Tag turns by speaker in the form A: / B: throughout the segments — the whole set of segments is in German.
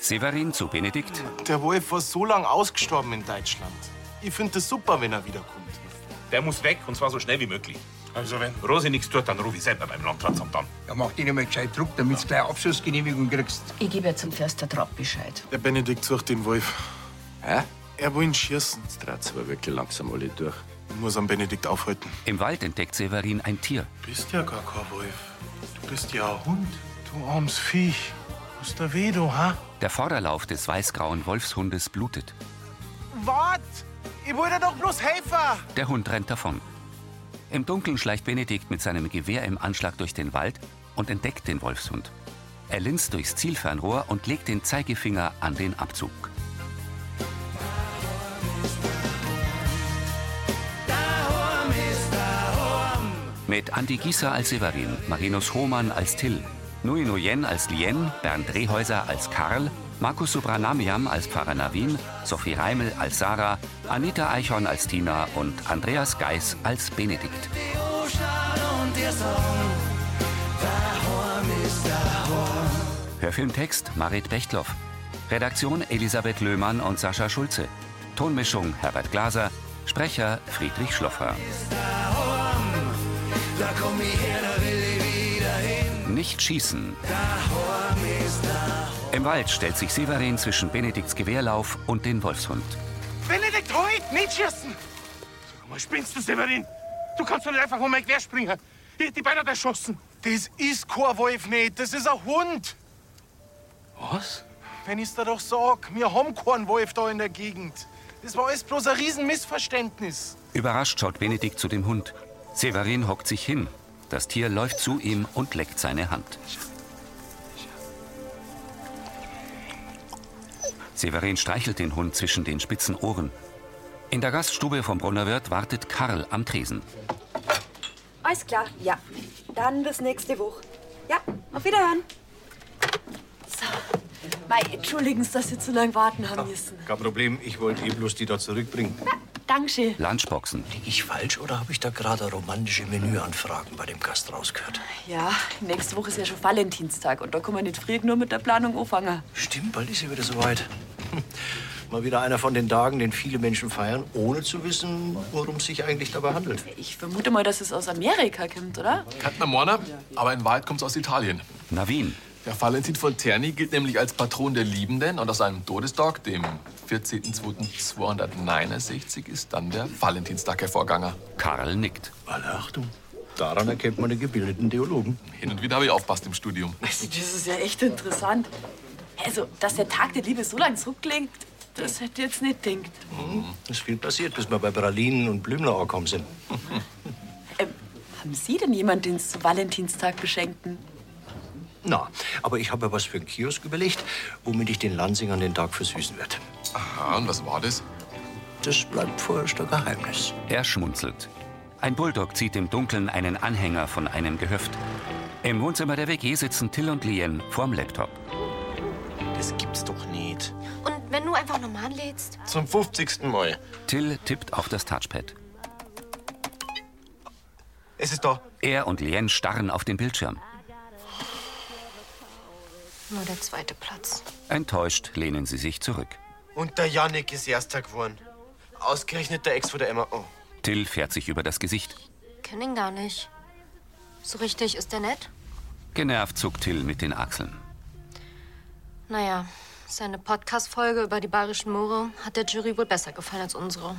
A: Severin zu Benedikt.
B: Der Wolf war so lang ausgestorben in Deutschland. Ich finde es super, wenn er wiederkommt.
C: Der muss weg und zwar so schnell wie möglich.
D: Also wenn.
C: Rosi nichts tut, dann ruf ich selber beim Landratsamt an.
D: Ja, mach dir mal gescheit Druck, damit du gleich eine Abschussgenehmigung kriegst.
E: Ich gebe jetzt zum Förster Trapp Bescheid.
B: Der Benedikt sucht den Wolf.
F: Hä?
B: Er will ihn schießen.
F: Jetzt dreht's aber wirklich langsam alle durch.
B: Ich muss am Benedikt aufhalten.
A: Im Wald entdeckt Severin ein Tier.
B: Du bist ja gar kein Wolf. Du bist ja ein Hund. Du armes Viech. Was da weh, du, ha?
A: Der Vorderlauf des weißgrauen Wolfshundes blutet.
B: Wart! Ich wollte doch bloß helfen!
A: Der Hund rennt davon. Im Dunkeln schleicht Benedikt mit seinem Gewehr im Anschlag durch den Wald und entdeckt den Wolfshund. Er linst durchs Zielfernrohr und legt den Zeigefinger an den Abzug. Mit Andi Gieser als Severin, Marinus Hohmann als Till, Nui Nguyen als Lien, Bernd Rehäuser als Karl, Markus Subranamiam als Pfarrer Navin, Sophie Reimel als Sarah, Anita Eichhorn als Tina und Andreas Geis als Benedikt. Hörfilmtext Marit Bechtloff. Redaktion Elisabeth Löhmann und Sascha Schulze. Tonmischung Herbert Glaser. Sprecher Friedrich Schloffer. Nicht schießen. Im Wald stellt sich Severin zwischen Benedikts Gewehrlauf und den Wolfshund.
B: Benedikt, halt! Nicht schießen!
C: Sag mal, spinnst du, Severin? Du kannst doch nicht einfach um mein Gewehr springen. Ich hätte die beinahe erschossen.
B: Das ist kein Wolf nicht, das ist ein Hund!
C: Was?
B: Wenn ich's dir doch sag, wir haben keinen Wolf da in der Gegend. Das war alles bloß ein Riesenmissverständnis.
A: Überrascht schaut Benedikt zu dem Hund. Severin hockt sich hin. Das Tier läuft zu ihm und leckt seine Hand. Severin streichelt den Hund zwischen den spitzen Ohren. In der Gaststube vom Brunnerwirt wartet Karl am Tresen.
G: Alles klar, ja. Dann bis nächste Woche. Ja, auf Wiederhören. So. Mei, entschuldigen Sie, dass Sie zu lange warten haben müssen.
C: Kein Problem, ich wollte eh bloß die da zurückbringen.
G: Dankeschön.
A: Lunchboxen.
H: Liege ich falsch oder habe ich da gerade romantische Menüanfragen bei dem Gast rausgehört?
G: Ja, nächste Woche ist ja schon Valentinstag und da kann man nicht früh nur mit der Planung anfangen.
H: Stimmt, bald ist ja wieder soweit. Hm. Mal wieder einer von den Tagen, den viele Menschen feiern, ohne zu wissen, worum es sich eigentlich dabei handelt.
G: Ich vermute mal, dass es aus Amerika kommt, oder?
I: Kennt man Morner, aber in Wahrheit kommt es aus Italien.
A: Navin.
I: Der Valentin von Terni gilt nämlich als Patron der Liebenden und aus seinem Todestag, dem 14.02.269, ist dann der Valentinstag hervorgegangen.
A: Karl nickt.
H: Alle Achtung. Daran erkennt man den gebildeten Theologen.
I: Hin und wieder habe ich aufpasst im Studium.
G: Also, das ist ja echt interessant. Also, dass der Tag der Liebe so lang zurückklingt, das hätte ich jetzt nicht gedacht.
H: Es Hm, ist viel passiert, bis wir bei Pralinen und Blümler angekommen sind.
G: Ähm, haben Sie denn jemanden, den Sie zu Valentinstag beschenken?
H: Na, aber ich habe ja was für einen Kiosk überlegt, womit ich den Lansingern den Tag versüßen werde.
I: Aha, und was war das?
H: Das bleibt vorerst ein Geheimnis.
A: Er schmunzelt. Ein Bulldog zieht im Dunkeln einen Anhänger von einem Gehöft. Im Wohnzimmer der WG sitzen Till und Lien vorm Laptop.
B: Das gibt's doch nicht.
J: Und wenn du einfach normal lädst?
B: Zum 50. Mal.
A: Till tippt auf das Touchpad.
B: Es ist da.
A: Er und Lien starren auf den Bildschirm.
J: Nur der zweite Platz.
A: Enttäuscht lehnen sie sich zurück.
B: Und der Yannick ist Erster geworden. Ausgerechnet der Ex von der Emma. Oh.
A: Till fährt sich über das Gesicht.
J: Kenn ihn gar nicht. So richtig ist der nett?
A: Genervt zuckt Till mit den Achseln.
J: Naja, seine Podcast-Folge über die bayerischen Moore hat der Jury wohl besser gefallen als unsere.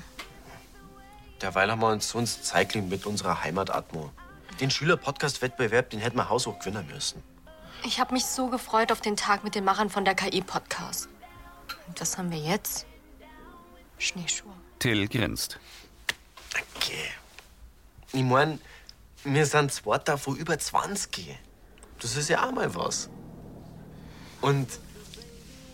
K: Derweil haben wir uns sonst Cycling mit unserer Heimatatmo. Den Schüler-Podcast-Wettbewerb, den hätten wir haushoch gewinnen müssen.
J: Ich habe mich so gefreut auf den Tag mit den Machern von der KI-Podcast. Und das haben wir jetzt. Schneeschuhe.
A: Till grinst.
K: Okay. Ich mein, wir sind zwei da von über 20. Das ist ja auch mal was. Und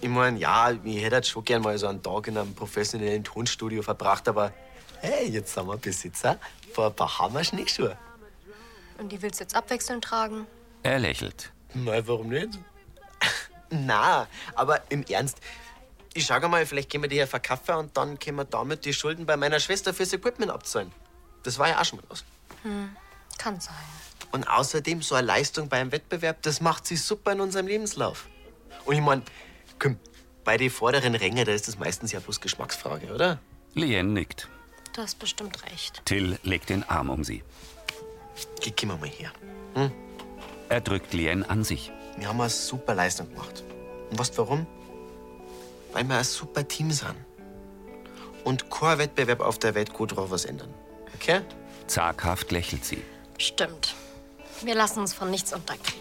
K: ich mein, ja, ich hätte jetzt schon gern mal so einen Tag in einem professionellen Tonstudio verbracht, aber hey, jetzt sind wir Besitzer von ein paar Hammer-Schneeschuhe.
J: Und die willst du jetzt abwechselnd tragen?
A: Er lächelt.
K: Nein, warum nicht? Na, aber im Ernst. Ich schau mal, vielleicht können wir die hier verkaufen und dann können wir damit die Schulden bei meiner Schwester fürs Equipment abzahlen. Das war ja auch schon mal was.
J: Hm, Kann sein.
K: Und außerdem so eine Leistung beim Wettbewerb, das macht sie super in unserem Lebenslauf. Und ich mein, komm, bei den vorderen Rängen, da ist das meistens ja bloß Geschmacksfrage, oder?
A: Lien nickt.
J: Du hast bestimmt recht.
A: Till legt den Arm um sie.
K: Geh, komm mal her.
B: Hm?
A: Er drückt Lien an sich.
K: Wir haben eine super Leistung gemacht. Und weißt du warum? Weil wir ein super Team sind. Und kein Wettbewerb auf der Welt gut drauf was ändern. Okay?
A: Zaghaft lächelt sie.
J: Stimmt. Wir lassen uns von nichts unterkriegen.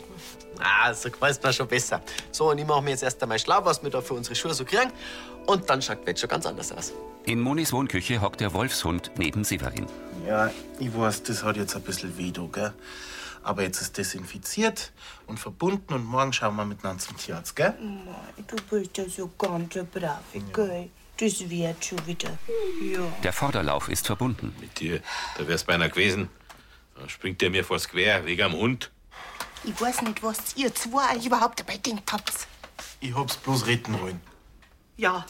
K: Ah, so weiß man schon besser. So, und ich mache mir jetzt erst einmal schlau, was wir da für unsere Schuhe so kriegen. Und dann schaut die Welt schon ganz anders aus.
A: In Monis Wohnküche hockt der Wolfshund neben Severin.
B: Ja, ich weiß, das hat jetzt ein bisschen weh, da, gell? Aber jetzt ist desinfiziert und verbunden und morgen schauen wir miteinander zum Tierarzt, gell?
L: Mei, du bist ja so ganz eine brave, gell? Das wird schon wieder. Ja.
A: Der Vorderlauf ist verbunden.
M: Mit dir, da wär's beinahe gewesen. Dann springt der mir vors Quer, wegen am Hund.
L: Ich weiß nicht, was ihr zwei euch überhaupt dabei denkt habt.
B: Ich hab's bloß retten wollen.
L: Ja.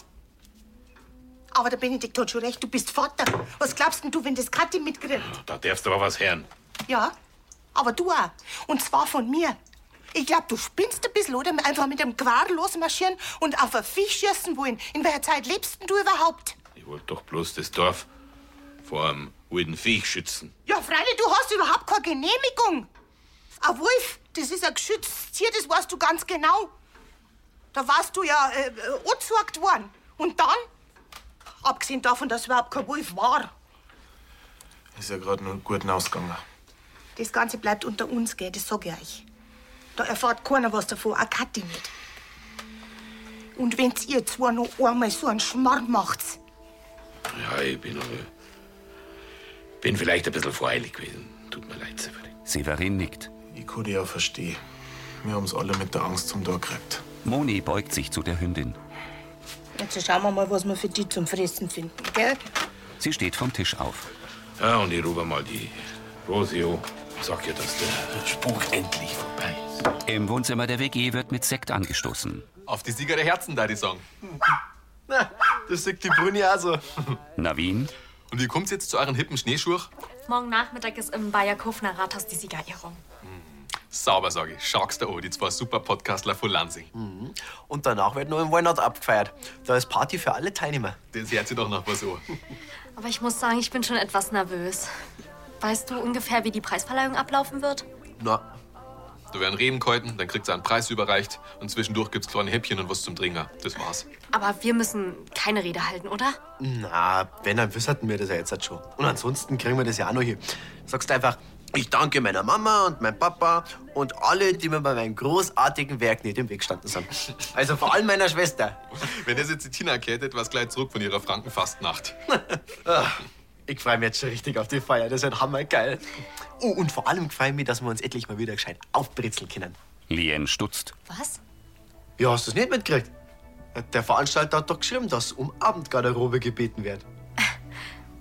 L: Aber der Benedikt hat schon recht, du bist Vater. Was glaubst denn du, wenn das Kathi mitkriegt?
M: Da darfst du aber was hören.
L: Ja, aber du auch. Und zwar von mir. Ich glaub, du spinnst ein bisschen, oder? Einfach mit dem Quar losmarschieren und auf ein Fisch schießen wollen. In welcher Zeit lebst denn du überhaupt?
M: Ich wollte doch bloß das Dorf vor einem wilden Viech schützen.
L: Ja, Freilich, du hast überhaupt keine Genehmigung. Ein Wolf, das ist ein geschütztes Tier, das weißt du ganz genau. Da warst du ja äh, äh, angezeigt worden. Und dann? Abgesehen davon, dass überhaupt kein Wolf war.
B: Ist ja gerade nur guten Ausgang.
L: Das Ganze bleibt unter uns, gell, das sag ich euch. Da erfahrt keiner was davon, auch Kathi nicht. Und wenn's ihr zwei noch einmal so einen Schmarrn macht,
M: Ja, ich bin, äh, bin vielleicht ein bisschen voreilig gewesen. Tut mir leid, Severin.
A: Severin nickt.
B: Ich kann dich ja verstehen. Wir haben's alle mit der Angst zum Tor gekriegt.
A: Moni beugt sich zu der Hündin.
L: jetzt schauen wir mal, was wir für die zum Fressen finden, gell?
A: Sie steht vom Tisch auf.
M: Ja, und ich rufe mal die Rosio. Sag ihr, dass der Spuk endlich vorbei ist.
A: Im Wohnzimmer der WG wird mit Sekt angestoßen.
I: Auf die Sieger der Herzen, da die Song. Na, das sagt die Bruni auch so.
A: Navin?
I: Also, Und wie kommt's jetzt zu euren hippen Schneeschuh?
J: Morgen Nachmittag ist im Bayerkofner Rathaus die Siegerehrung.
I: Sauber, sag ich. Schauk's da an, die zwei super Podcastler von Lansing.
K: Mhm. Und danach wird noch im Weihnacht abgefeiert. Da ist Party für alle Teilnehmer.
I: Das hört sich doch noch was an.
J: Aber ich muss sagen, ich bin schon etwas nervös. Weißt du ungefähr, wie die Preisverleihung ablaufen wird?
I: Na. Da werden Reben gehalten, dann kriegt sie einen Preis überreicht und zwischendurch gibt's kleine Häppchen und was zum Trinken. Das war's.
J: Aber wir müssen keine Rede halten, oder?
K: Na, wenn, dann wüssten wir das ja jetzt halt schon. Und ansonsten kriegen wir das ja auch noch hier. Sagst einfach, ich danke meiner Mama und meinem Papa und alle, die mir bei meinem großartigen Werk nicht im Weg gestanden sind. Also vor allem meiner Schwester.
I: Wenn das jetzt die Tina kennt, was gleich zurück von ihrer Frankenfastnacht.
K: Ach, Ah, Ich freue mich jetzt schon richtig auf die Feier, das wird hammergeil. Oh, und vor allem freue ich mich, dass wir uns endlich mal wieder gescheit aufbrezeln können.
A: Lien stutzt.
J: Was?
K: Ja, hast du es nicht mitgekriegt? Der Veranstalter hat doch geschrieben, dass um Abendgarderobe gebeten wird.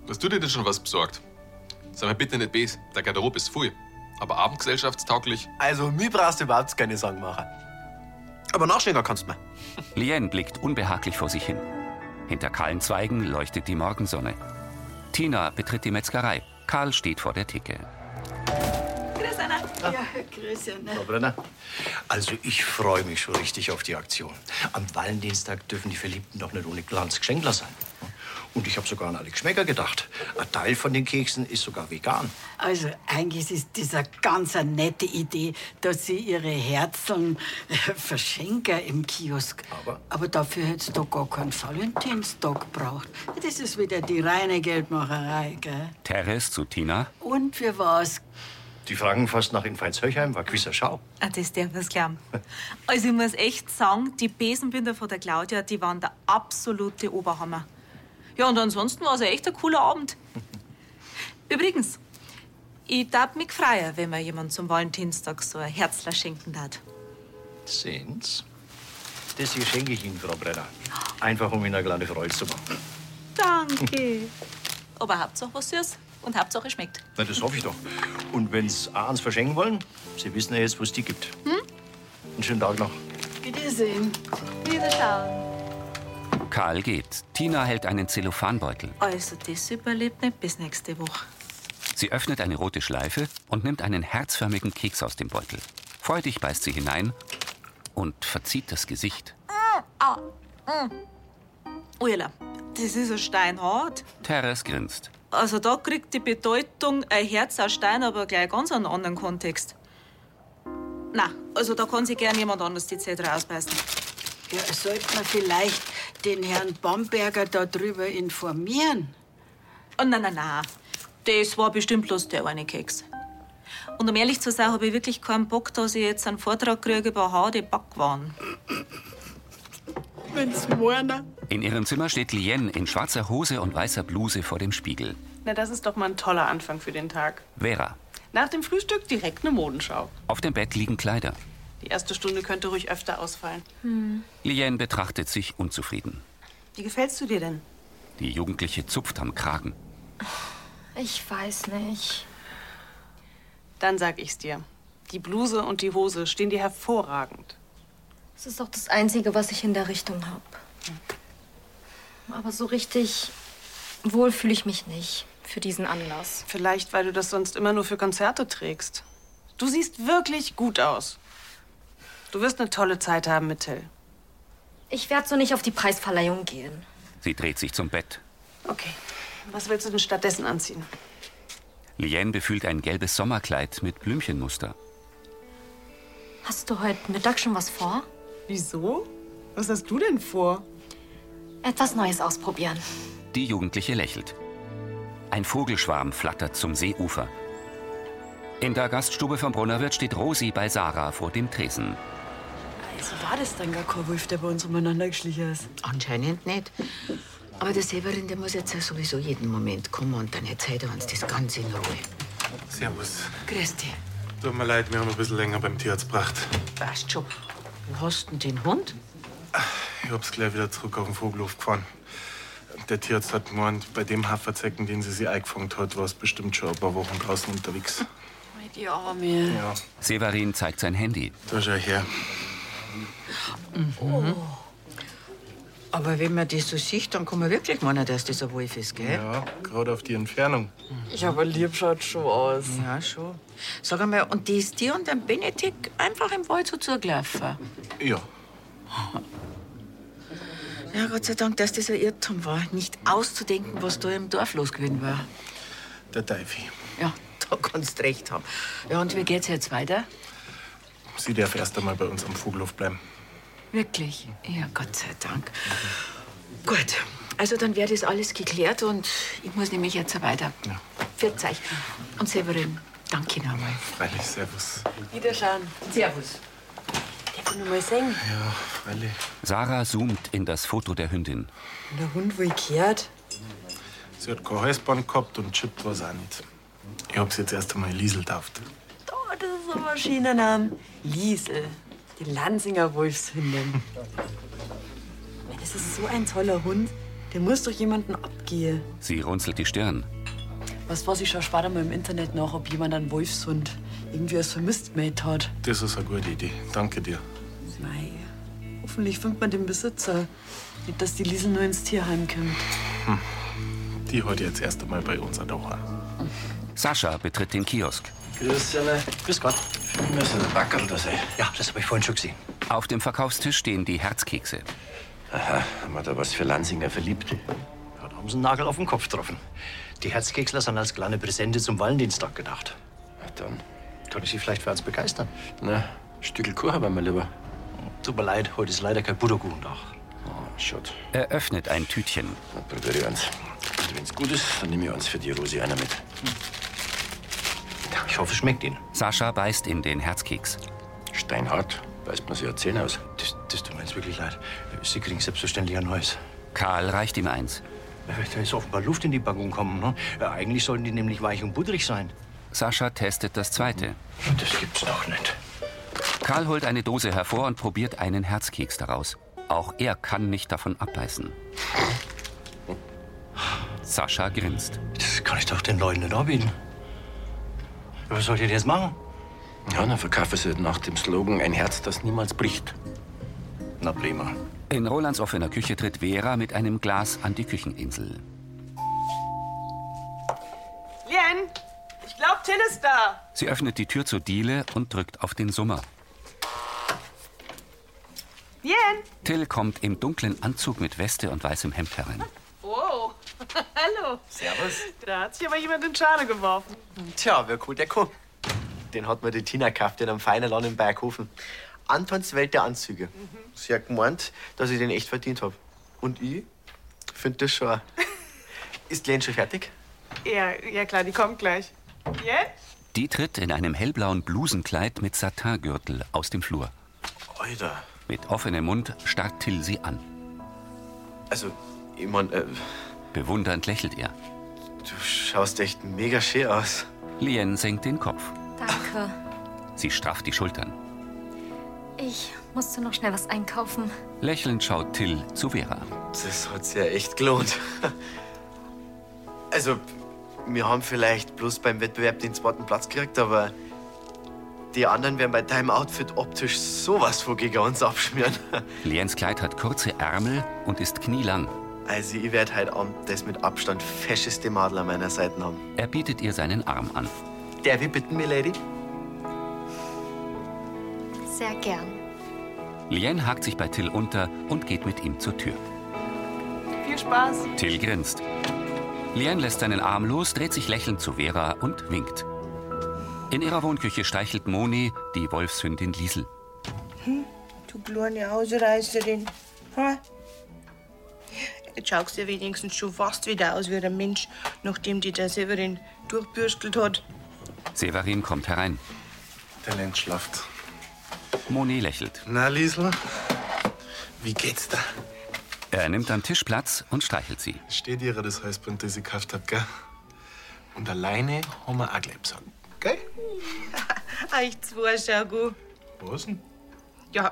I: Hast du dir denn schon was besorgt? Sag mal bitte nicht bes, der Garderobe ist voll. Aber abendgesellschaftstauglich.
K: Also, mir brauchst du überhaupt keine Sorgen machen. Aber nachschläger kannst du mir.
A: Lien blickt unbehaglich vor sich hin. Hinter kahlen Zweigen leuchtet die Morgensonne. Tina betritt die Metzgerei. Karl steht vor der Theke.
G: Grüß Anna. Ja, ne. grüß Anna.
H: Brenner. Also ich freue mich schon richtig auf die Aktion. Am Valentinstag dürfen die Verliebten doch nicht ohne Glanz Geschenkler sein. Und ich habe sogar an alle Geschmäcker gedacht. Ein Teil von den Keksen ist sogar vegan.
N: Also eigentlich ist das eine ganz eine nette Idee, dass Sie Ihre Herzeln äh, verschenken im Kiosk. Aber, dafür hättest du gar keinen Valentinstag gebraucht. Das ist wieder die reine Geldmacherei, gell?
A: Teres zu Tina.
N: Und für was?
H: Die fragen fast nach Infanzhöchheim, war gewisser Schau.
O: Ah, das darf man glauben. Also ich muss echt sagen, die Besenbinder von der Claudia, die waren der absolute Oberhammer. Ja, und ansonsten war es ein echt ein cooler Abend. Übrigens, ich darf mich freuen, wenn mir jemand zum Valentinstag so ein Herzler schenken darf.
H: Sehen's? Das hier schenke ich Ihnen, Frau Brenner. Einfach, um Ihnen eine kleine Freude zu machen.
O: Danke. Aber Hauptsache was süß und Hauptsache es schmeckt.
H: Na, das hoffe ich doch. Und wenn Sie eins verschenken wollen, Sie wissen ja jetzt, wo es die gibt.
O: Hm?
H: Einen schönen Tag noch.
O: Wiedersehen. Wiederschauen.
A: Karl geht. Tina hält einen Zellophanbeutel.
O: Also das überlebt nicht bis nächste Woche.
A: Sie öffnet eine rote Schleife und nimmt einen herzförmigen Keks aus dem Beutel. Freudig beißt sie hinein und verzieht das Gesicht.
O: Ah, Mm. Uela, das ist ein Steinhart.
A: Teres grinst.
O: Also da kriegt die Bedeutung ein Herz aus Stein aber gleich ganz einen anderen Kontext. Na, also da kann sich gern jemand anders die Zedra ausbeißen.
N: Ja, sollte man vielleicht den Herrn Bamberger darüber informieren?
O: Oh, nein, nein, nein. Das war bestimmt bloß der eine Keks. Und um ehrlich zu sein, habe ich wirklich keinen Bock, dass ich jetzt einen Vortrag kriege über harte Backwaren.
P: Wenn's morgen.
A: In ihrem Zimmer steht Lien in schwarzer Hose und weißer Bluse vor dem Spiegel.
P: Na, das ist doch mal ein toller Anfang für den Tag.
A: Vera.
P: Nach dem Frühstück direkt eine Modenschau.
A: Auf dem Bett liegen Kleider.
P: Die erste Stunde könnte ruhig öfter ausfallen.
A: Hm. Lien betrachtet sich unzufrieden.
P: Wie gefällst du dir denn?
A: Die Jugendliche zupft am Kragen.
P: Ich weiß nicht. Dann sag ich's dir. Die Bluse und die Hose stehen dir hervorragend.
J: Das ist doch das Einzige, was ich in der Richtung habe. Aber so richtig wohl fühle ich mich nicht für diesen Anlass.
P: Vielleicht, weil du das sonst immer nur für Konzerte trägst. Du siehst wirklich gut aus. Du wirst eine tolle Zeit haben mit Till.
J: Ich werde so nicht auf die Preisverleihung gehen.
A: Sie dreht sich zum Bett.
P: Okay. Was willst du denn stattdessen anziehen?
A: Lien befühlt ein gelbes Sommerkleid mit Blümchenmuster.
J: Hast du heute Mittag schon was vor?
P: Wieso? Was hast du denn vor?
J: Etwas Neues ausprobieren.
A: Die Jugendliche lächelt. Ein Vogelschwarm flattert zum Seeufer. In der Gaststube vom Brunnerwirt steht Rosi bei Sarah vor dem Tresen.
Q: Also war das dann gar kein Wolf, der bei uns umeinander geschlichen ist?
R: Anscheinend nicht. Aber der Severin, der muss jetzt ja sowieso jeden Moment kommen und dann erzählt er uns das Ganze in Ruhe.
B: Servus.
R: Grüß dich.
B: Tut mir leid, wir haben ein bisschen länger beim Tierarzt gebracht.
R: Passt schon. Wo hast denn den Hund?
B: Ich hab's gleich wieder zurück auf den Vogelhof gefahren. Der Tierarzt hat gemeint, bei dem Haferzecken, den sie sich eingefangen hat, war es bestimmt schon ein paar Wochen draußen unterwegs.
Q: Die Arme.
B: Ja,
A: Severin zeigt sein Handy.
B: da schau her.
R: Mhm. Aber wenn man das so sieht, dann kann man wirklich meinen, dass das ein Wolf ist, gell?
B: Ja, gerade auf die Entfernung.
R: Ja, aber lieb schaut schon aus. Ja, schon. Sag einmal, und die ist dir und dem Benedikt einfach im Wald so zugelaufen?
B: Ja.
R: Ja, Gott sei Dank, dass das ein Irrtum war. Nicht auszudenken, was da im Dorf los gewesen war.
B: Der Teufel.
R: Ja, da kannst recht haben. Ja, und wie geht's jetzt weiter?
B: Sie darf erst einmal bei uns am Vogelhof bleiben.
R: Wirklich? Ja, Gott sei Dank. Gut, also dann wäre das alles geklärt und ich muss nämlich jetzt weiter. Ja. Pfiat euch. Und Severin, danke nochmal.
B: Freilich, servus.
Q: Wiederschauen. Servus. Darf ich noch mal sehen?
B: Ja, freilich.
A: Sarah zoomt in das Foto der Hündin.
Q: Der Hund wohl gehört?
B: Sie hat kein Halsband gehabt und chippt was auch nicht. Ich hab's jetzt erst einmal Liesel tauft.
Q: Oh, das ist ein Maschinenname. Liesel. Die Lansinger Wolfshündin. Mei, das ist so ein toller Hund. Der muss doch jemanden abgehen.
A: Sie runzelt die Stirn.
Q: Was weiß ich schon später mal im Internet nach, ob jemand einen Wolfshund irgendwie als vermisst gemeldet hat.
B: Das ist eine gute Idee. Danke dir.
Q: Mei, hoffentlich findet man den Besitzer. Nicht, dass die Liesel nur ins Tierheim kommt.
B: Die heute jetzt erst einmal bei uns an der Ohren.
A: Sascha betritt den Kiosk.
H: Grüß dich. Grüß Gott. Wir müssen ein Backerl da sein. Ja, das äh, habe ich vorhin schon gesehen.
A: Auf dem Verkaufstisch stehen die Herzkekse.
F: Aha, haben wir da was für Lansinger verliebt?
H: Ja, da haben sie einen Nagel auf den Kopf getroffen. Die Herzkeksler sind als kleine Präsente zum Valentinstag gedacht.
F: Na dann.
H: Kann ich sie vielleicht für uns begeistern?
F: Na, Stückel Kuchen haben wir lieber.
H: Tut mir leid, heute ist leider kein Butterkuchen da.
F: Oh, Schott.
A: Er öffnet ein Tütchen.
F: Dann probiere ich eins. Und wenn's gut ist, dann nehme ich eins für die Rosi einer mit.
H: Ich hoffe, es schmeckt Ihnen.
A: Sascha beißt in den Herzkeks.
F: Steinhart, beißt man sich ja Zähne aus.
H: Das, das tut mir jetzt wirklich leid. Sie kriegen selbstverständlich ein neues.
A: Karl reicht ihm eins.
H: Da ist offenbar Luft in die Packung gekommen. Ne? Ja, eigentlich sollen die nämlich weich und butterig sein.
A: Sascha testet das zweite.
H: Das gibt's doch nicht.
A: Karl holt eine Dose hervor und probiert einen Herzkeks daraus. Auch er kann nicht davon abbeißen. Sascha grinst.
H: Das kann ich doch den Leuten nicht anbieten. Was soll ich denn jetzt machen?
F: Ja, dann verkaufe sie nach dem Slogan ein Herz, das niemals bricht.
H: Na prima.
A: In Rolands offener Küche tritt Vera mit einem Glas an die Kücheninsel.
P: Lien, ich glaub, Till ist da.
A: Sie öffnet die Tür zur Diele und drückt auf den Summer.
P: Jen!
A: Till kommt im dunklen Anzug mit Weste und weißem Hemd herein.
P: Oh, hallo.
K: Servus.
P: Da hat sich aber jemand in Schale geworfen.
K: Tja, wer cool, der kommt. Den hat mir die Tina gekauft in einem feinen Laden in Berghofen. Antons Welt der Anzüge. Sie hat gemeint, dass ich den echt verdient habe. Und ich finde das schon. Ist Len schon fertig?
P: Ja, ja klar, die kommt gleich. Jen?
A: Die tritt in einem hellblauen Blusenkleid mit Satingürtel aus dem Flur.
K: Alter.
A: Mit offenem Mund starrt Till sie an.
K: Also, ich mein, äh,
A: Bewundernd lächelt er.
K: Du schaust echt mega schön aus.
A: Lien senkt den Kopf.
J: Danke.
A: Sie strafft die Schultern.
J: Ich musste noch schnell was einkaufen.
A: Lächelnd schaut Till zu Vera.
K: Das hat's ja echt gelohnt. Also, wir haben vielleicht bloß beim Wettbewerb den zweiten Platz gekriegt, aber die anderen werden bei deinem Outfit optisch sowas von gegen uns abschmieren.
A: Liens Kleid hat kurze Ärmel und ist knielang.
K: Also, ich werde heute Abend das mit Abstand fescheste Madel an meiner Seite haben.
A: Er bietet ihr seinen Arm an.
K: Darf ich bitten, Milady?
J: Sehr gern.
A: Lien hakt sich bei Till unter und geht mit ihm zur Tür.
P: Viel Spaß.
A: Till grinst. Lien lässt seinen Arm los, dreht sich lächelnd zu Vera und winkt. In ihrer Wohnküche streichelt Moni die Wolfshündin Liesel.
L: Hm, du kleine Ausreißerin. Ha? Jetzt schaust du ja wenigstens schon fast wieder aus wie ein Mensch, nachdem die der Severin durchbürstelt hat.
A: Severin kommt herein.
B: Der Lenz schlaft.
A: Moni lächelt.
B: Na, Liesl, wie geht's da?
A: Er nimmt am Tisch Platz und streichelt sie.
B: Steht ihrer das Halsband, das ich gekauft hab, gell? Und alleine haben wir auch gleich gesagt.
L: Gell? Euch zwei, schau gut.
B: Was denn?
L: Ja,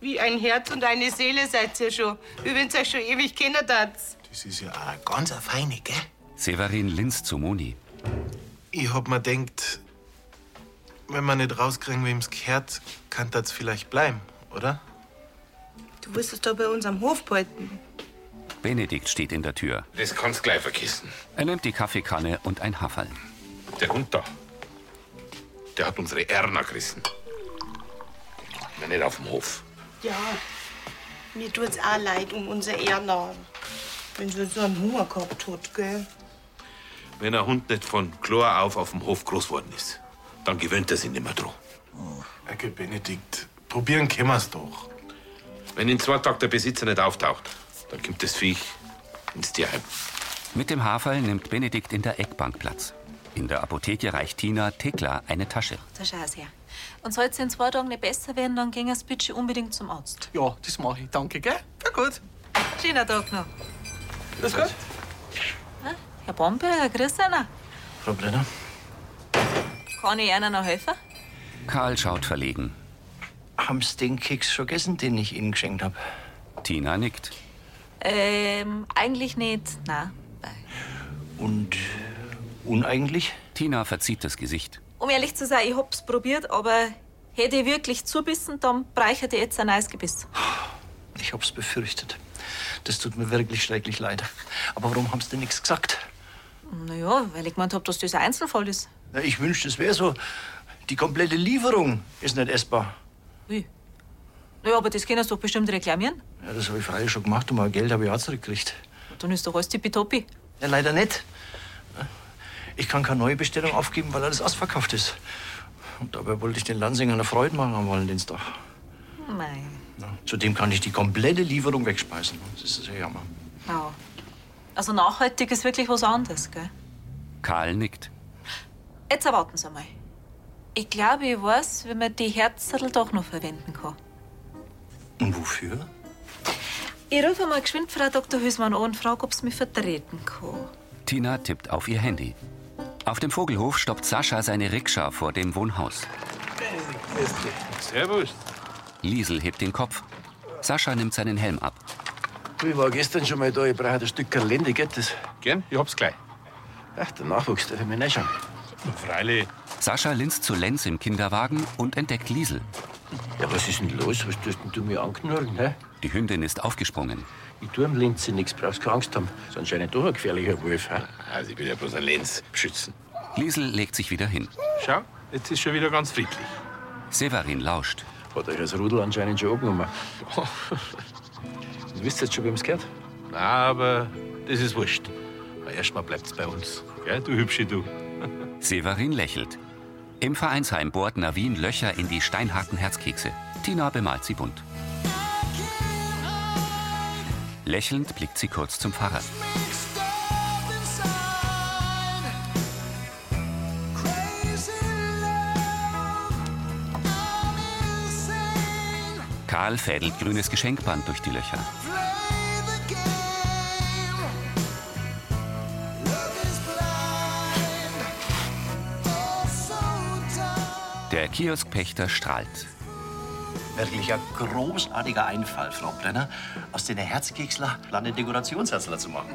L: wie ein Herz und eine Seele seid ihr schon. Übrigens euch schon ewig kennen tat's.
B: Das ist ja auch eine Ah, ganz eine feine, gell?
A: Severin linst zu Moni.
B: Ich hab mir denkt, wenn man nicht rauskriegen, wem's gehört, kann das vielleicht bleiben, oder?
L: Du wirst es doch bei uns am Hof behalten.
A: Benedikt steht in der Tür.
M: Das kannst gleich vergessen.
A: Er nimmt die Kaffeekanne und ein Haferl.
M: Der Hund da, der hat unsere Erna gerissen. Na, nicht auf dem Hof.
L: Ja, mir tut's auch leid um unser Erna. Wenn sie so einen Hunger gehabt hat, gell?
M: Wenn ein Hund nicht von Chlor auf auf dem Hof groß worden ist, dann gewöhnt er sich nicht mehr dran.
B: Oh, Ecke Benedikt, probieren können wir's doch.
M: Wenn in zwei Tagen der Besitzer nicht auftaucht, dann kommt das Viech ins Tierheim.
A: Mit dem Haferl nimmt Benedikt in der Eckbank Platz. In der Apotheke reicht Tina Thekla eine Tasche.
O: Da schau her. Und sollte es in zwei Tagen nicht besser werden, dann ging es bitte unbedingt zum Arzt.
K: Ja, das mache ich. Danke, gell? Na gut.
O: Schöner Tag noch.
K: Grüß Gott.
O: Herr Bomberger, grüß einer.
B: Frau Brenner?
O: Kann ich einer noch helfen?
A: Karl schaut verlegen.
H: Haben's den Keks schon gegessen, den ich Ihnen geschenkt habe?
A: Tina nickt.
O: Ähm, eigentlich nicht. Na,
H: Und uneigentlich?
A: Tina verzieht das Gesicht.
O: um ehrlich zu sein, ich hab's probiert, aber hätte ich wirklich zubissen, dann bräuchte ich jetzt ein neues Gebiss.
H: Ich hab's befürchtet. Das tut mir wirklich schrecklich leid. Aber warum haben's denn nichts gesagt?
O: Naja, weil ich gemeint hab, dass das ein Einzelfall ist.
H: Na, ich wünschte, es wäre so. Die komplette Lieferung ist nicht essbar.
O: Naja, aber das können Sie doch bestimmt reklamieren.
H: Ja, das habe ich freilich schon gemacht und mein Geld habe ich auch zurückgekriegt.
O: Dann ist doch alles tippitoppi.
H: Ja, leider nicht. Ich kann keine neue Bestellung aufgeben, weil alles ausverkauft ist. Und dabei wollte ich den Lansingern eine Freude machen am Valentinstag.
O: Mei.
H: Zudem kann ich die komplette Lieferung wegspeisen. Das ist ja jammer.
O: Wow. Also nachhaltig ist wirklich was anderes, gell?
A: Karl nickt.
O: Jetzt erwarten Sie mal. Ich glaube, ich weiß, wie man die Herzzettel doch noch verwenden kann.
H: Und wofür?
O: Ich rufe mal geschwind Frau Dr. Hüsmann an und frage, ob sie mich vertreten kann.
A: Tina tippt auf ihr Handy. Auf dem Vogelhof stoppt Sascha seine Rikscha vor dem Wohnhaus.
F: Servus.
A: Liesel hebt den Kopf. Sascha nimmt seinen Helm ab.
F: Du, ich war gestern schon mal da. Ich brauche ein Stück Kalende, geht das? Gern, ich hab's gleich. Ach, der Nachwuchs darf ich mir reinschauen. Freilich.
A: Sascha linst zu Lenz im Kinderwagen und entdeckt Liesel.
F: Ja, was ist denn los? Was tust denn du mir anknurren, hä?
A: Die Hündin ist aufgesprungen.
F: Ich tu am Lenz nichts, brauchst keine Angst haben. Ist anscheinend doch ein gefährlicher Wolf, hä?
M: Also, ich bin ja bloß ein Lenz beschützen.
A: Liesel legt sich wieder hin.
M: Schau, jetzt ist schon wieder ganz friedlich.
A: Severin lauscht.
S: Hat euch das Rudel anscheinend schon abgenommen. Und wisst ihr jetzt schon, wem es gehört?
T: Na, aber das ist wurscht. Aber Erstmal bleibt's bei uns. Gell, du hübsche du.
A: Severin lächelt. Im Vereinsheim bohrt Navin Löcher in die steinharten Herzkekse. Tina bemalt sie bunt. Lächelnd blickt sie kurz zum Pfarrer. Karl fädelt grünes Geschenkband durch die Löcher. Der Kioskpächter strahlt.
H: Wirklich ein großartiger Einfall, Frau Brenner, aus den Herzkeksler Landedekorationsherzler zu machen.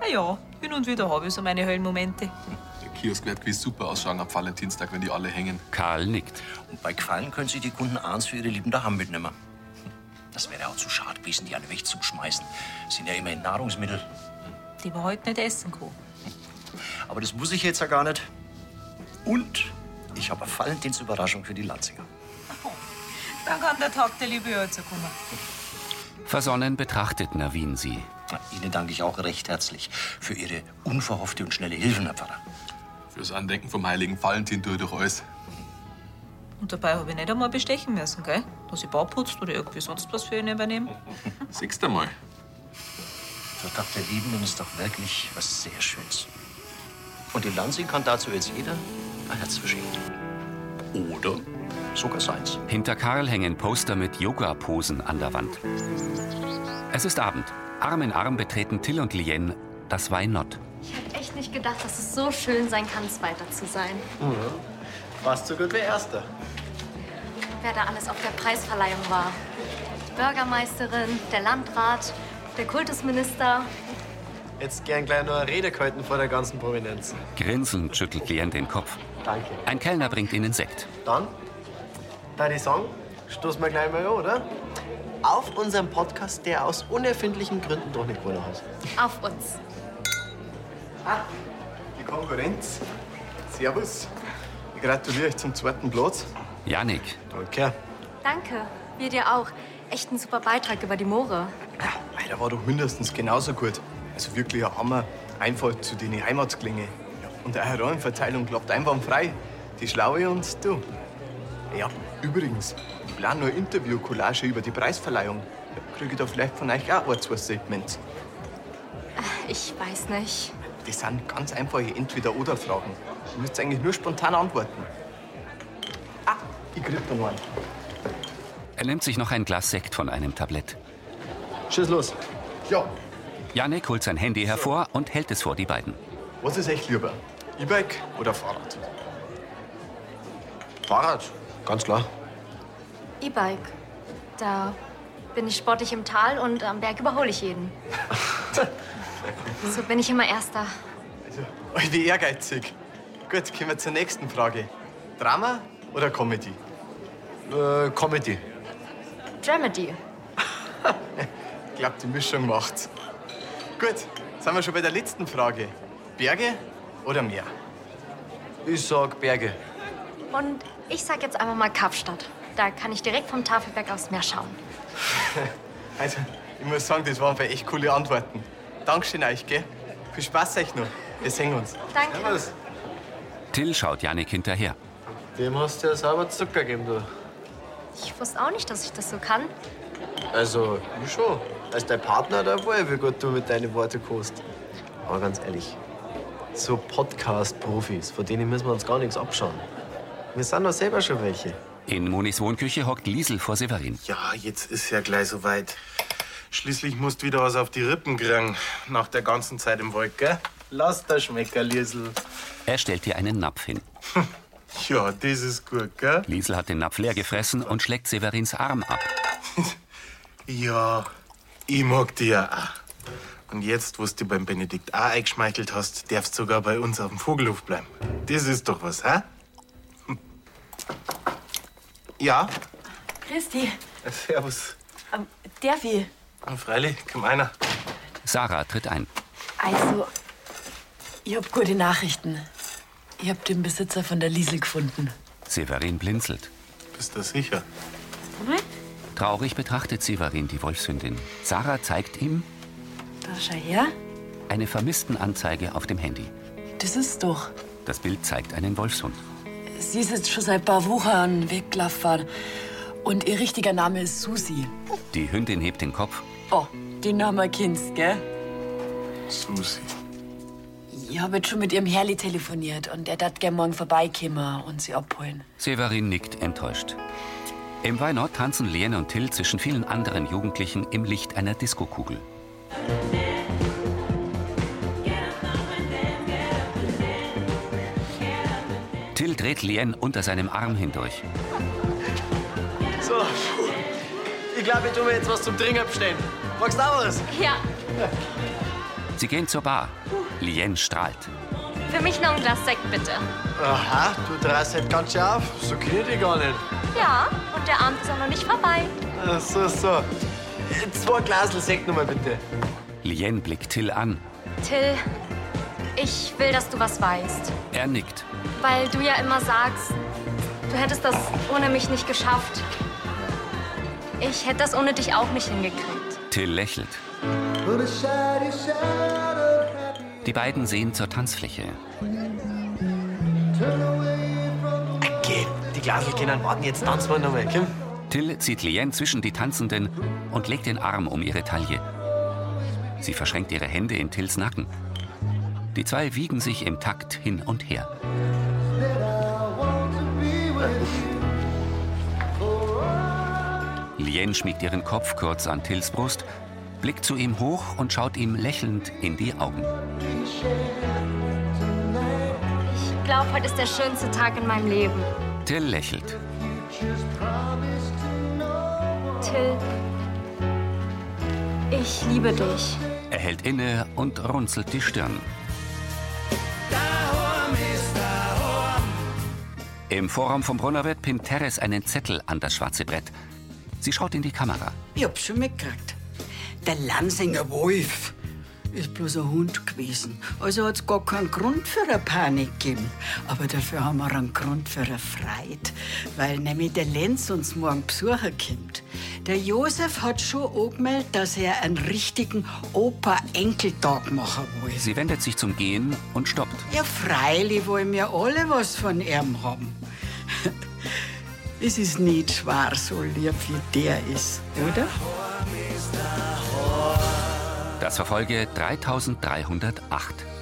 O: Na ja, hin und wieder habe ich so meine Höllenmomente.
I: Der Kiosk wird gewiss super ausschauen am Valentinstag, wenn die alle hängen.
A: Karl nickt.
H: Und bei Gefallen können Sie die Kunden eins für Ihre Lieben daheim mitnehmen. Hm, Das wäre auch zu schade gewesen, die alle wegzuschmeißen. Sind ja immerhin Nahrungsmittel.
O: Die wir heute nicht essen kann.
H: Aber das muss ich jetzt ja gar nicht. Und ich habe eine Valentinsüberraschung für die Lanzinger.
O: Dann kann der Tag der Liebe ja zu kommen.
A: Versonnen betrachtet Navin sie.
H: Ihnen danke ich auch recht herzlich für Ihre unverhoffte und schnelle Hilfe, Herr Pfarrer.
I: Fürs Andenken vom heiligen Valentin durch durch alles.
O: Und dabei habe ich nicht einmal bestechen müssen, gell? Dass ich Bau putzt oder irgendwie sonst was für ihn übernehme.
I: Siehst du mal.
H: Der Tag der Liebenden ist doch wirklich was sehr Schönes. Und in Lansing kann dazu jetzt jeder ein Herz verschenken. Oder sogar seins.
A: Hinter Karl hängen Poster mit Yoga-Posen an der Wand. Es ist Abend. Arm in Arm betreten Till und Lien das Weinott.
J: Ich hätte echt nicht gedacht, dass es so schön sein kann, Zweiter zu sein.
U: Fast so gut wie Erster.
J: Wer da alles auf der Preisverleihung war. Die Bürgermeisterin, der Landrat, der Kultusminister.
U: Jetzt gern gleich noch eine Rede gehalten vor der ganzen Prominenz.
A: Grinselnd schüttelt Lien den Kopf.
U: Danke.
A: Ein Kellner bringt ihnen Sekt.
U: Dann, da die Song, stoßen wir gleich mal an, oder? Auf unseren Podcast, der aus unerfindlichen Gründen doch nicht gewonnen hat.
J: Auf uns.
U: Die Konkurrenz. Servus. Ich gratuliere euch zum zweiten Platz.
A: Janik.
U: Danke.
J: Danke. Wir dir auch. Echt ein super Beitrag über die Moore.
U: Mei, der war doch mindestens genauso gut. Also wirklich ein Hammer. Einfall zu den Heimatsklängen. Und eure Rollenverteilung klappt einwandfrei. Die Schlaue und du. Ja, übrigens, ich plane noch eine Interview-Collage über die Preisverleihung. Kriege ich da vielleicht von euch auch ein, zwei Statements?
J: Äh, Ich weiß nicht.
U: Das sind ganz einfache Entweder-Oder-Fragen. Ihr müsst eigentlich nur spontan antworten. Ah, ich krieg da noch einen.
A: Er nimmt sich noch ein Glas Sekt von einem Tablett.
U: Schieß los. Ja,
A: Janik holt sein Handy hervor und hält es vor die beiden.
U: was ist echt lieber? E-Bike oder Fahrrad? Fahrrad, ganz klar.
J: E-Bike. Da bin ich sportlich im Tal und am Berg überhole ich jeden. so bin ich immer Erster.
U: Oh, wie ehrgeizig. Gut, kommen wir zur nächsten Frage. Drama oder Comedy? Äh, Comedy.
J: Dramedy.
U: Ich glaube, die Mischung macht's. Gut, sind wir schon bei der letzten Frage. Berge oder Meer? Ich sag Berge.
J: Und ich sag jetzt einfach mal Kapstadt. Da kann ich direkt vom Tafelberg aufs Meer schauen.
U: Also, ich muss sagen, das waren echt coole Antworten. Dankeschön euch, gell? Viel Spaß euch noch. Wir sehen uns.
J: Danke.
A: Till schaut Janik hinterher.
U: Dem hast du ja sauber Zucker gegeben, du.
J: Ich wusste auch nicht, dass ich das so kann.
U: Also, ich schon. Als dein Partner, da war ich, wie gut du mit deinen Worten kommst. Aber ganz ehrlich, so Podcast-Profis, von denen müssen wir uns gar nichts abschauen. Wir sind doch selber schon welche.
A: In Monis Wohnküche hockt Liesel vor Severin.
B: Ja, jetzt ist ja gleich soweit. Schließlich musst wieder was auf die Rippen kriegen. Nach der ganzen Zeit im Wald, gell? Lass das schmecken, Liesel.
A: Er stellt ihr einen Napf hin.
B: Ja, das ist gut, gell?
A: Liesel hat den Napf leer gefressen und schlägt Severins Arm ab.
B: Ja, ich mag die ja auch. Und jetzt, wo du beim Benedikt auch eingeschmeichelt hast, darfst sogar bei uns auf dem Vogelhof bleiben. Das ist doch was, hä? Hm. Ja,
Q: Christi,
B: servus. Ah,
Q: ähm, darf ich?
B: Freilich, komm einer.
A: Sarah tritt ein.
Q: Also, ich hab gute Nachrichten. Ich hab den Besitzer von der Liesel gefunden.
A: Severin blinzelt.
B: Bist du sicher?
A: Traurig betrachtet Severin die Wolfshündin. Sarah zeigt ihm
Q: Da schau her.
A: eine Vermisstenanzeige auf dem Handy.
Q: Das ist doch.
A: Das Bild zeigt einen Wolfshund.
Q: Sie ist jetzt schon seit paar Wochen weggelaufen. Und ihr richtiger Name ist Susi.
A: Die Hündin hebt den Kopf.
Q: Oh, den Namen kennst, gell?
B: Susi.
Q: Ich habe jetzt schon mit ihrem Herrli telefoniert und er darf gern morgen vorbeikommen und sie abholen.
A: Severin nickt enttäuscht. Im Weinort tanzen Lien und Till zwischen vielen anderen Jugendlichen im Licht einer Diskokugel. Till dreht Lien unter seinem Arm hindurch.
K: So, ich glaube, ich tue mir jetzt was zum Trinken bestellen. Magst du auch was?
J: Ja,
A: Sie gehen zur Bar. Lien strahlt.
J: für mich noch ein Glas Sekt bitte.
K: Aha, du drehst halt ganz schön auf. So kenne ich dich gar nicht.
J: Ja, und der Abend ist auch noch nicht vorbei.
K: Äh, So, so. Äh, Zwei Glasel Sekt nochmal bitte.
A: Lien blickt Till an.
J: Till, ich will, dass du was weißt.
A: Er nickt.
J: Weil du ja immer sagst, du hättest das ohne mich nicht geschafft. Ich hätte das ohne dich auch nicht hingekriegt.
A: Till lächelt. Die beiden sehen zur Tanzfläche.
K: Okay, die Glasel können warten, jetzt tanzen wir nochmal, komm.
A: Till zieht Lien zwischen die Tanzenden und legt den Arm um ihre Taille. Sie verschränkt ihre Hände in Tills Nacken. Die zwei wiegen sich im Takt hin und her. Lien schmiegt ihren Kopf kurz an Tills Brust, blickt zu ihm hoch und schaut ihm lächelnd in die Augen.
J: Ich glaube, heute ist der schönste Tag in meinem Leben.
A: Till lächelt.
J: Till, ich liebe dich.
A: Er hält inne und runzelt die Stirn. Im Vorraum vom Brunnerwirt pinnt Teres einen Zettel an das schwarze Brett. Sie schaut in die Kamera.
N: Ich hab's schon mitgekriegt. Der Lansinger Wolf ist bloß ein Hund gewesen. Also hat's gar keinen Grund für eine Panik gegeben. Aber dafür haben wir einen Grund für eine Freude. Weil nämlich der Lenz uns morgen besuchen kommt. Der Josef hat schon angemeldet, dass er einen richtigen Opa-Enkeltag machen will.
A: Sie wendet sich zum Gehen und stoppt.
N: Ja, freilich wollen wir alle was von ihm haben. es ist nicht schwer, so lieb wie der ist, oder?
A: Das war Folge 3308.